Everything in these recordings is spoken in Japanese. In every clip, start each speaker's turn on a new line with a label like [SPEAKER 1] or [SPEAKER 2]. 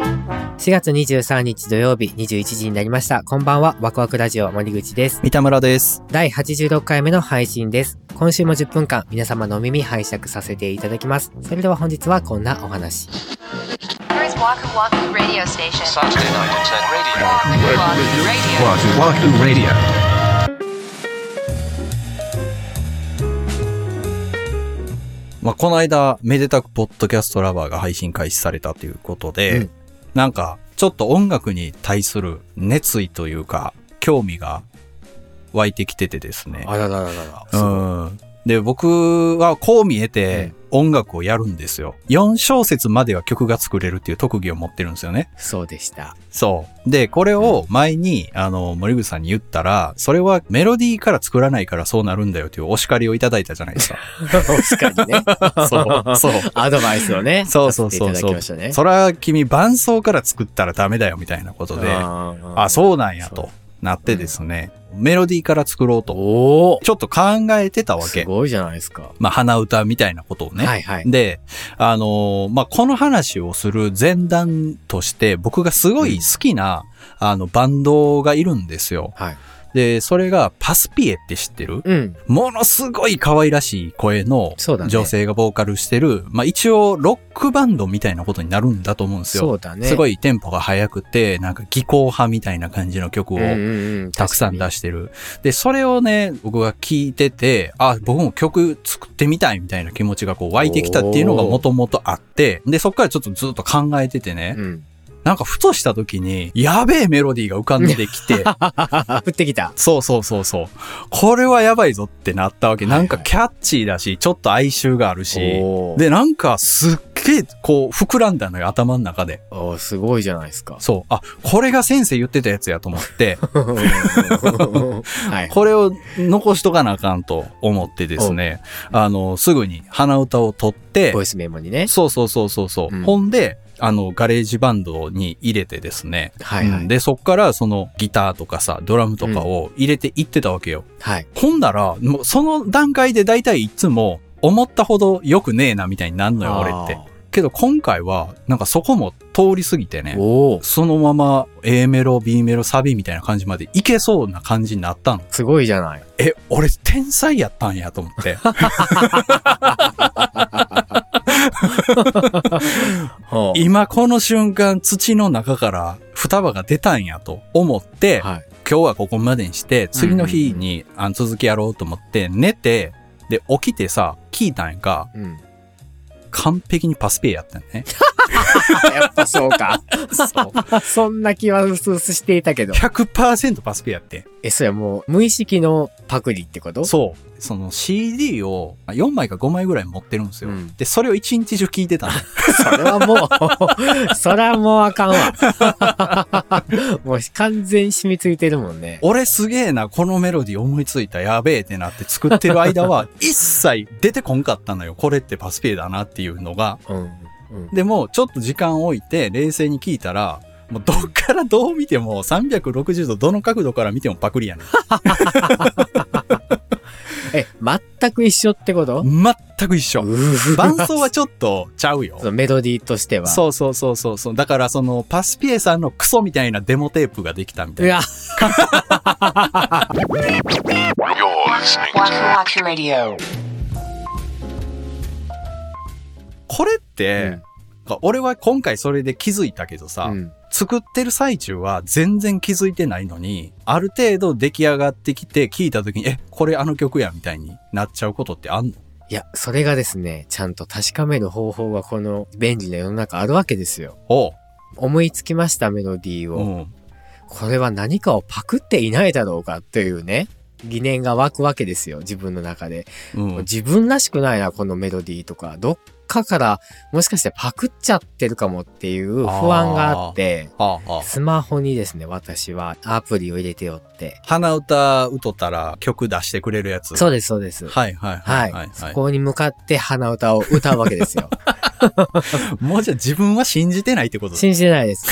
[SPEAKER 1] 4月23日土曜日21時になりました。こんばんは、ワクワクラジオ森口です。
[SPEAKER 2] 三田村です。
[SPEAKER 1] 第86回目の配信です。今週も10分間皆様のお耳拝借させていただきます。それでは本日はこんなお話。
[SPEAKER 3] Here is Waku Waku Radio Station.
[SPEAKER 4] Saturday night at radio.
[SPEAKER 3] Waku Waku Radio.
[SPEAKER 4] Waku Waku Radio.
[SPEAKER 2] まあ、この間、めでたくポッドキャストラバーが配信開始されたということで、
[SPEAKER 1] うん
[SPEAKER 2] なんか、ちょっと音楽に対する熱意というか、興味が湧いてきててですね。
[SPEAKER 1] らららら
[SPEAKER 2] うん。で、僕はこう見えて音楽をやるんですよ。4小節までは曲が作れるっていう特技を持ってるんですよね。
[SPEAKER 1] そうでした。
[SPEAKER 2] そう。で、これを前に、あの、森口さんに言ったら、それはメロディーから作らないからそうなるんだよっていうお叱りをいただいたじゃないですか。
[SPEAKER 1] 確かにね。
[SPEAKER 2] そう、そう。
[SPEAKER 1] アドバイスをね、
[SPEAKER 2] そうそうそう
[SPEAKER 1] させていただきましたね。
[SPEAKER 2] そら、君、伴奏から作ったらダメだよ、みたいなことで、あ
[SPEAKER 1] あう。
[SPEAKER 2] そうなんや、
[SPEAKER 1] そう
[SPEAKER 2] となってですね、メロディーから作ろうと、
[SPEAKER 1] お
[SPEAKER 2] ちょっと考えてた
[SPEAKER 1] お
[SPEAKER 2] わ
[SPEAKER 1] す
[SPEAKER 2] け。
[SPEAKER 1] ごいじゃないですか。
[SPEAKER 2] まあ、鼻歌みたいなことをね。
[SPEAKER 1] はいはい。
[SPEAKER 2] で、あのーまあ、この話をする前段として、僕がすごい好きな、あの、バンドがいるんですよ。
[SPEAKER 1] はい。
[SPEAKER 2] で、それが、パスピエって知ってる
[SPEAKER 1] うん。
[SPEAKER 2] ものすごい可愛らしい声の
[SPEAKER 1] そうだね
[SPEAKER 2] 女性がボーカルしてる、まあ一応ロックバンドみたいなことになるんだと思うんですよ。
[SPEAKER 1] そうだね。
[SPEAKER 2] すご
[SPEAKER 1] い。
[SPEAKER 2] いテンポが速くて、なんか技巧派みたいな感じの曲を
[SPEAKER 1] うんうんうん、
[SPEAKER 2] たくさん
[SPEAKER 1] 確か
[SPEAKER 2] 出してる。で、それをね、僕が聞いてて、あ、僕も曲作ってみたいみたいな気持ちがこう湧いてきたっていうのがもともとあって、で、そっからちょっとずっと考えててね
[SPEAKER 1] に。、うん。
[SPEAKER 2] なんかふとした時に、やべえメロディーが浮かんで きて、
[SPEAKER 1] あ、降ってきた。
[SPEAKER 2] そうそうそうそう。これはやばいぞってなったわけ。
[SPEAKER 1] はいはい
[SPEAKER 2] なんかキャッチーだし、ちょっと哀愁があるし。
[SPEAKER 1] おー
[SPEAKER 2] で、なんかすっげえこう膨らんだのよ、頭の中で。
[SPEAKER 1] おーすごいじゃないですか。
[SPEAKER 2] そう。あ、これが先生言ってたやつやと 思って、
[SPEAKER 1] はい。
[SPEAKER 2] これを残しとかなあかんと思ってですね、あの、すぐに鼻歌を取って
[SPEAKER 1] ボ、イスメモにね。
[SPEAKER 2] そうそうそうそうそう。
[SPEAKER 1] うん
[SPEAKER 2] ほんで、あの、ガレージバンドに入れてですね、
[SPEAKER 1] はいは
[SPEAKER 2] う
[SPEAKER 1] い
[SPEAKER 2] ん。で、そっからそのギターとかさ、ドラムとかを入れていってたわけよ。
[SPEAKER 1] はい。
[SPEAKER 2] ほんなら、もうその段階で大体いつも思ったほど良くねえなみたいになんのよ、俺って。けど今回は、なんかそこも通り過ぎて
[SPEAKER 1] あ
[SPEAKER 2] ね
[SPEAKER 1] ー。、おお
[SPEAKER 2] そのまま A メロ、B メロ、サビみたいな感じまでいけそうな感じになったの。
[SPEAKER 1] すごいじゃない。
[SPEAKER 2] え、俺天才やったんやと思 って。
[SPEAKER 1] ほう
[SPEAKER 2] 今この瞬間土の中から双葉が出たんやと思って、
[SPEAKER 1] はい。
[SPEAKER 2] 今日はここまでにして、次の日にあの続きやろうと思って寝て、で、起きてさ、聞いたんやんか、
[SPEAKER 1] うん。
[SPEAKER 2] 完璧にパスペイやったんね。
[SPEAKER 1] やっぱそう か。
[SPEAKER 2] そう。
[SPEAKER 1] そんな気はうすうすしていたけど。
[SPEAKER 2] 100%パスペイやって。
[SPEAKER 1] え、それはもう無意識のパクリってこと
[SPEAKER 2] そう。その CD を4枚か5枚ぐらい持ってるんですよ。
[SPEAKER 1] うん
[SPEAKER 2] で、それを1日中聞いて たの。
[SPEAKER 1] それはもう、 それはもうあかんわ。 もう完全に染みついてるもんね。
[SPEAKER 2] 俺すげえな、このメロディー思いついた、やべえってなって作ってる間 は一切出てこんかったのよ。これってパスペイだなっていうのが。
[SPEAKER 1] うん。うん
[SPEAKER 2] でも、ちょっと時間を置いて冷静に聞いたら、もうどっからどう見ても360度どの角度から見てもパクリ やねん。
[SPEAKER 1] え、全く一緒ってこと
[SPEAKER 2] 全く一
[SPEAKER 1] う
[SPEAKER 2] 緒。
[SPEAKER 1] ー
[SPEAKER 2] 伴奏はちょっとちゃうよ。
[SPEAKER 1] そのメロディーとしては。
[SPEAKER 2] そうそうそうそうそう。だからそのパスピエさんのクソみたいなデモテープができたみたいな。
[SPEAKER 1] や、
[SPEAKER 3] Waku Waku Radio.
[SPEAKER 2] これっ
[SPEAKER 1] う
[SPEAKER 2] て
[SPEAKER 1] ん、
[SPEAKER 2] なんか俺は今回それで気づいたけどさ、
[SPEAKER 1] うん
[SPEAKER 2] 作ってる最中は全然気づいてないのに、ある程度出来上がってきて聞いた時に、え、これあの曲やみたいになっちゃうことってあんの
[SPEAKER 1] いや、それがですね、ちゃんと確かめる方法がこの便利な世の中あるわけですよ。
[SPEAKER 2] おう。
[SPEAKER 1] 思いつきましたメロディーを。
[SPEAKER 2] うん。
[SPEAKER 1] これは何かをパクっていないだろうかというね、疑念が湧くわけですよ、自分の中で。
[SPEAKER 2] うん。
[SPEAKER 1] 自分らしくないな、このメロディーとか。どっかから、もしかしてパクっちゃってるかもっていう不安があって、
[SPEAKER 2] はあ、はあ、
[SPEAKER 1] スマホにですね、私はアプリを入れてよって。
[SPEAKER 2] 鼻歌歌ったら曲出してくれるやつ。
[SPEAKER 1] そうです、そうです。
[SPEAKER 2] はいはいは
[SPEAKER 1] はいい。
[SPEAKER 2] はい、
[SPEAKER 1] そ
[SPEAKER 2] はい
[SPEAKER 1] こに向かって鼻歌を歌うわけです よ。
[SPEAKER 2] もうじゃあ自分は信じてないってことだ
[SPEAKER 1] 信じてないです。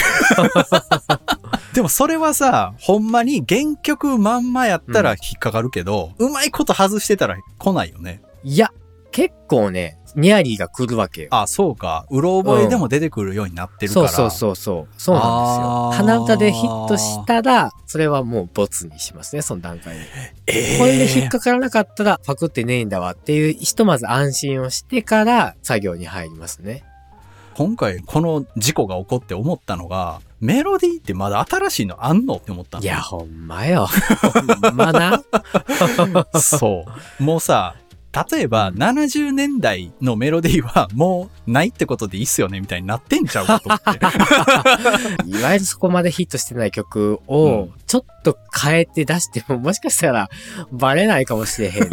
[SPEAKER 2] でもそれはさ、ほんまに原曲まんまやったら引っかかるけど、うまいこと外してたら来ないよね。
[SPEAKER 1] いや、結構ね、ニャリーが来るわけよ。
[SPEAKER 2] あ、そうか。うろ覚えでも出てくるようになってるか
[SPEAKER 1] そ
[SPEAKER 2] ら。
[SPEAKER 1] うそうそうそう。そうなん
[SPEAKER 2] あー
[SPEAKER 1] ですよ。鼻歌でヒットしたら、それはもうボツにしますね、その段階で。
[SPEAKER 2] えー
[SPEAKER 1] これで引っかからなかったら、パクってねえんだわっていう、ひとまず安心をしてから作業に入りますね。
[SPEAKER 2] 今回この事故が起こって思ったのが、メロディーってまだ新しいのあんのって思ったの
[SPEAKER 1] いや、ほんまよ。ほんまな。
[SPEAKER 2] そう。もうさ、例えば70年代のメロディーはもうないってことでいいっすよねみたいになってんちゃうかと思っ て。
[SPEAKER 1] いわゆるそこまでヒットしてない曲
[SPEAKER 2] う
[SPEAKER 1] を、ちょっと変えて出しても、もしかしたら、バレないかもしれ へん。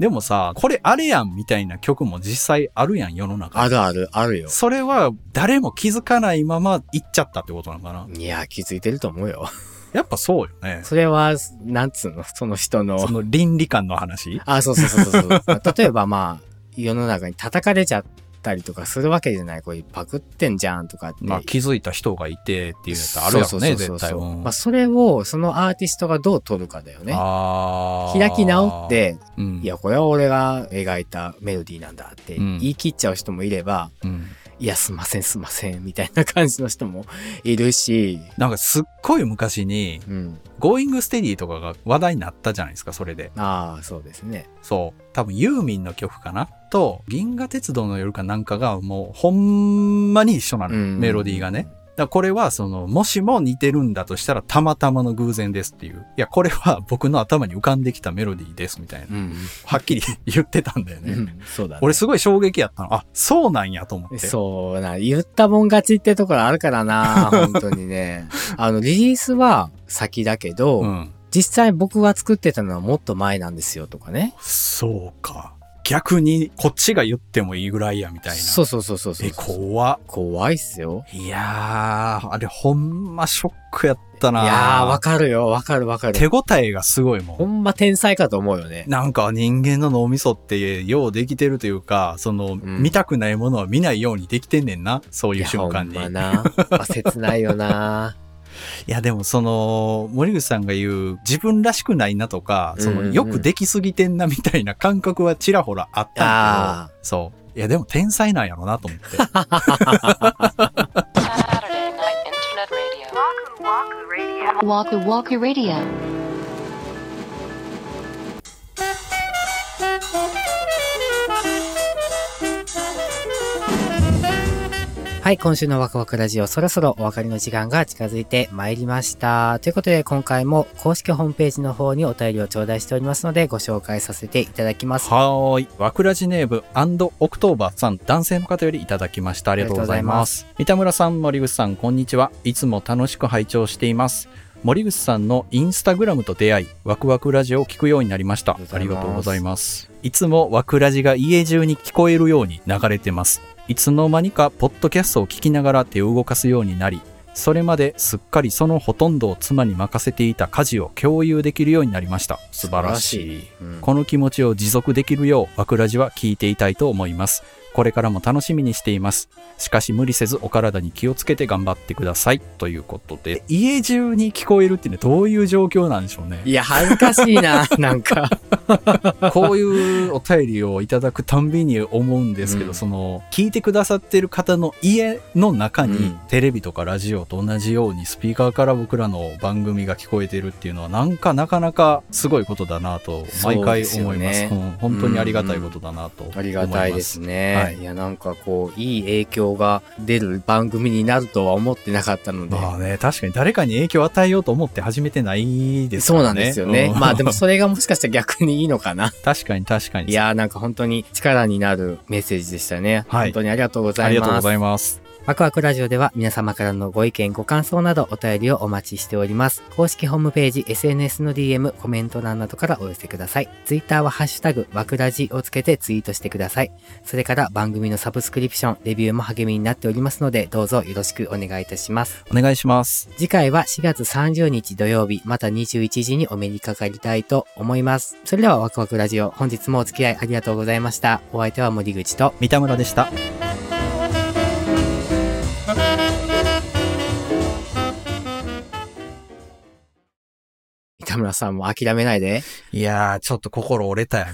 [SPEAKER 2] でもさ、これあれやんみたいな曲も実際あるやん世の中。
[SPEAKER 1] あるある、あるよ。
[SPEAKER 2] それは誰も気づかないまま行っちゃったってことなのかない
[SPEAKER 1] や、気づいてると思うよ。
[SPEAKER 2] やっぱそうよね。
[SPEAKER 1] それは、なんつうの、その人の
[SPEAKER 2] そ。の倫理観の話
[SPEAKER 1] あ、そうそうそうそうそう。例えばまあ、世の中に叩かれちゃったりとかするわけじゃない。これパクってんじゃんとかって。
[SPEAKER 2] まあ気づいた人がいてっていうやつあるやろね、絶対。うん
[SPEAKER 1] まあ、それを、そのアーティストがどう取るかだよね。
[SPEAKER 2] あー
[SPEAKER 1] 開き直っ、て、
[SPEAKER 2] うん、
[SPEAKER 1] いや、これは俺が描いたメロディーなんだって
[SPEAKER 2] うん
[SPEAKER 1] 言い切っちゃう人もいれば、
[SPEAKER 2] うん
[SPEAKER 1] いや、すいません、すいません、みたいな感じの人もいるし、
[SPEAKER 2] なんかすっごい昔に、
[SPEAKER 1] うん。
[SPEAKER 2] Going Steady とかが話題になったじゃないですか、それで。
[SPEAKER 1] ああ、そうですね。
[SPEAKER 2] そう。多分ユーミンの曲かなと、銀河鉄道の夜かなんかがもうほんまに一緒なの、
[SPEAKER 1] うん
[SPEAKER 2] メロディーがね。だからこれはその、もしも似てるんだとしたらたまたまの偶然ですっていう。いや、これは僕の頭に浮かんできたメロディーですみたいな。
[SPEAKER 1] うん。
[SPEAKER 2] はっきり言ってたんだよ
[SPEAKER 1] う
[SPEAKER 2] ね。
[SPEAKER 1] ん、そうだね。
[SPEAKER 2] 俺すごい衝撃やったの。あ、そうなんやと思って。
[SPEAKER 1] そうな、言ったもん勝ちってところあるから な、本当にね。あの、リリースは先だけど、
[SPEAKER 2] うん。
[SPEAKER 1] 実際僕が作ってたのはもっと前なんですよとかね。
[SPEAKER 2] そうか。逆にこっちが言ってもいいぐらいやみたいな。
[SPEAKER 1] そうそうそうそうそう
[SPEAKER 2] え、怖っ。
[SPEAKER 1] 怖いっすよ。
[SPEAKER 2] いやー、あれほんまショックやった
[SPEAKER 1] い
[SPEAKER 2] な
[SPEAKER 1] やー、わかるよ、わかるわか
[SPEAKER 2] 手
[SPEAKER 1] る。
[SPEAKER 2] 応えがすごいも
[SPEAKER 1] ほ
[SPEAKER 2] ん。
[SPEAKER 1] んま天才かと思うよね。
[SPEAKER 2] なんか人間の脳みそってようできてるというか、その、
[SPEAKER 1] ん
[SPEAKER 2] 見たくないものは見ないようにできてんねんな、そういう瞬間に。
[SPEAKER 1] い
[SPEAKER 2] い
[SPEAKER 1] やほ
[SPEAKER 2] や
[SPEAKER 1] んまな。まあ切ないよな。
[SPEAKER 2] でもその、森口さんが言う自分らしくないなとか、その、
[SPEAKER 1] うんうんうん
[SPEAKER 2] よくできすぎてんなみたいな感覚はちらほらあったんだ
[SPEAKER 1] あ
[SPEAKER 2] けど、そう。いやでも天才なんやろなと思って。
[SPEAKER 3] Saturday night internet radio. Waku Waku Radio. Waku Waku Radio.
[SPEAKER 1] はい、今週のワクワクラジオ、そろそろお別れの時間が近づいてまいりました。ということで、今回も公式ホームページの方にお便りを頂戴しておりますので、ご紹介させていただきます。
[SPEAKER 2] はーい。ワクラジネームオクトーバーさん、男性の方よりいただきました。ありがとうございます。三田村さん、森口さん、こんにちは。いつも楽しく拝聴しています。森口さんのインスタグラムと出会い、ワクワクラジオを聞くようになりました。あ
[SPEAKER 1] あ
[SPEAKER 2] り
[SPEAKER 1] り
[SPEAKER 2] が
[SPEAKER 1] が
[SPEAKER 2] と
[SPEAKER 1] と
[SPEAKER 2] う
[SPEAKER 1] う
[SPEAKER 2] ご
[SPEAKER 1] ご
[SPEAKER 2] ざ
[SPEAKER 1] ざ
[SPEAKER 2] い
[SPEAKER 1] い
[SPEAKER 2] ます。いつもワクラジが家中に聞こえるように流れてます。いつの間にかポッドキャストを聞きながら手を動かすようになり、それまですっかりそのほとんどを妻に任せていた家事を共有できるようになりました。素晴らしい。
[SPEAKER 1] うん
[SPEAKER 2] この気持ちを持続できるよう、ワクラジは聞いていたいと思います。これからも楽しみにしています。しかし無理せずお体に気をつけて頑張ってください。ということで、家中に聞こえるってね、どういう状況なんでしょうね。
[SPEAKER 1] いや、恥ずかしい な、なんか。
[SPEAKER 2] こういうお便りをいただくたんびに思うんですけ
[SPEAKER 1] う
[SPEAKER 2] ど、
[SPEAKER 1] ん
[SPEAKER 2] その、聞いてくださってる方の家の中に、
[SPEAKER 1] うん
[SPEAKER 2] テレビとかラジオと同じようにスピーカーから僕らの番組が聞こえてるっていうのは、なんかなかなかすごいことだなと、毎回思います。
[SPEAKER 1] そうですよね
[SPEAKER 2] うん本当にありがたいことだなと思います。
[SPEAKER 1] ありがたいですね。
[SPEAKER 2] 思い
[SPEAKER 1] い
[SPEAKER 2] ますはい
[SPEAKER 1] や、なんかこう、いい影響が出る番組になるとは思ってなかったので。
[SPEAKER 2] まあね、確かに誰かに影響を与えようと思って始めてないですか
[SPEAKER 1] そう
[SPEAKER 2] らね。
[SPEAKER 1] なんですよね。
[SPEAKER 2] うん
[SPEAKER 1] まあでもそれがもしかしたら逆にいいのか な。
[SPEAKER 2] 確かに確かに。
[SPEAKER 1] いやーなんか本当に力になるメッセージでしたね。
[SPEAKER 2] は
[SPEAKER 1] 本
[SPEAKER 2] い
[SPEAKER 1] 当にありがとうござ
[SPEAKER 2] あり
[SPEAKER 1] い
[SPEAKER 2] がとうご
[SPEAKER 1] ます
[SPEAKER 2] ざ。います。
[SPEAKER 1] ワクワクラジオでは皆様からのご意見、ご感想などお便りをお待ちしております。公式ホームページ、SNS の DM、コメント欄などからお寄せください。Twitter はハッシュタグ、ワクラジをつけてツイートしてください。それから番組のサブスクリプション、レビューも励みになっておりますので、どうぞよろしくお願いいたします。
[SPEAKER 2] お願いします。
[SPEAKER 1] 次回は4月30日土曜日、また21時にお目にかかりたいと思います。それではワクワクラジオ、本日もお付き合いありがとうございました。お相手は森口と、
[SPEAKER 2] 三田村でした。
[SPEAKER 1] 三田北村さんも諦めないで。
[SPEAKER 2] いやー、ちょっと心折れたよね。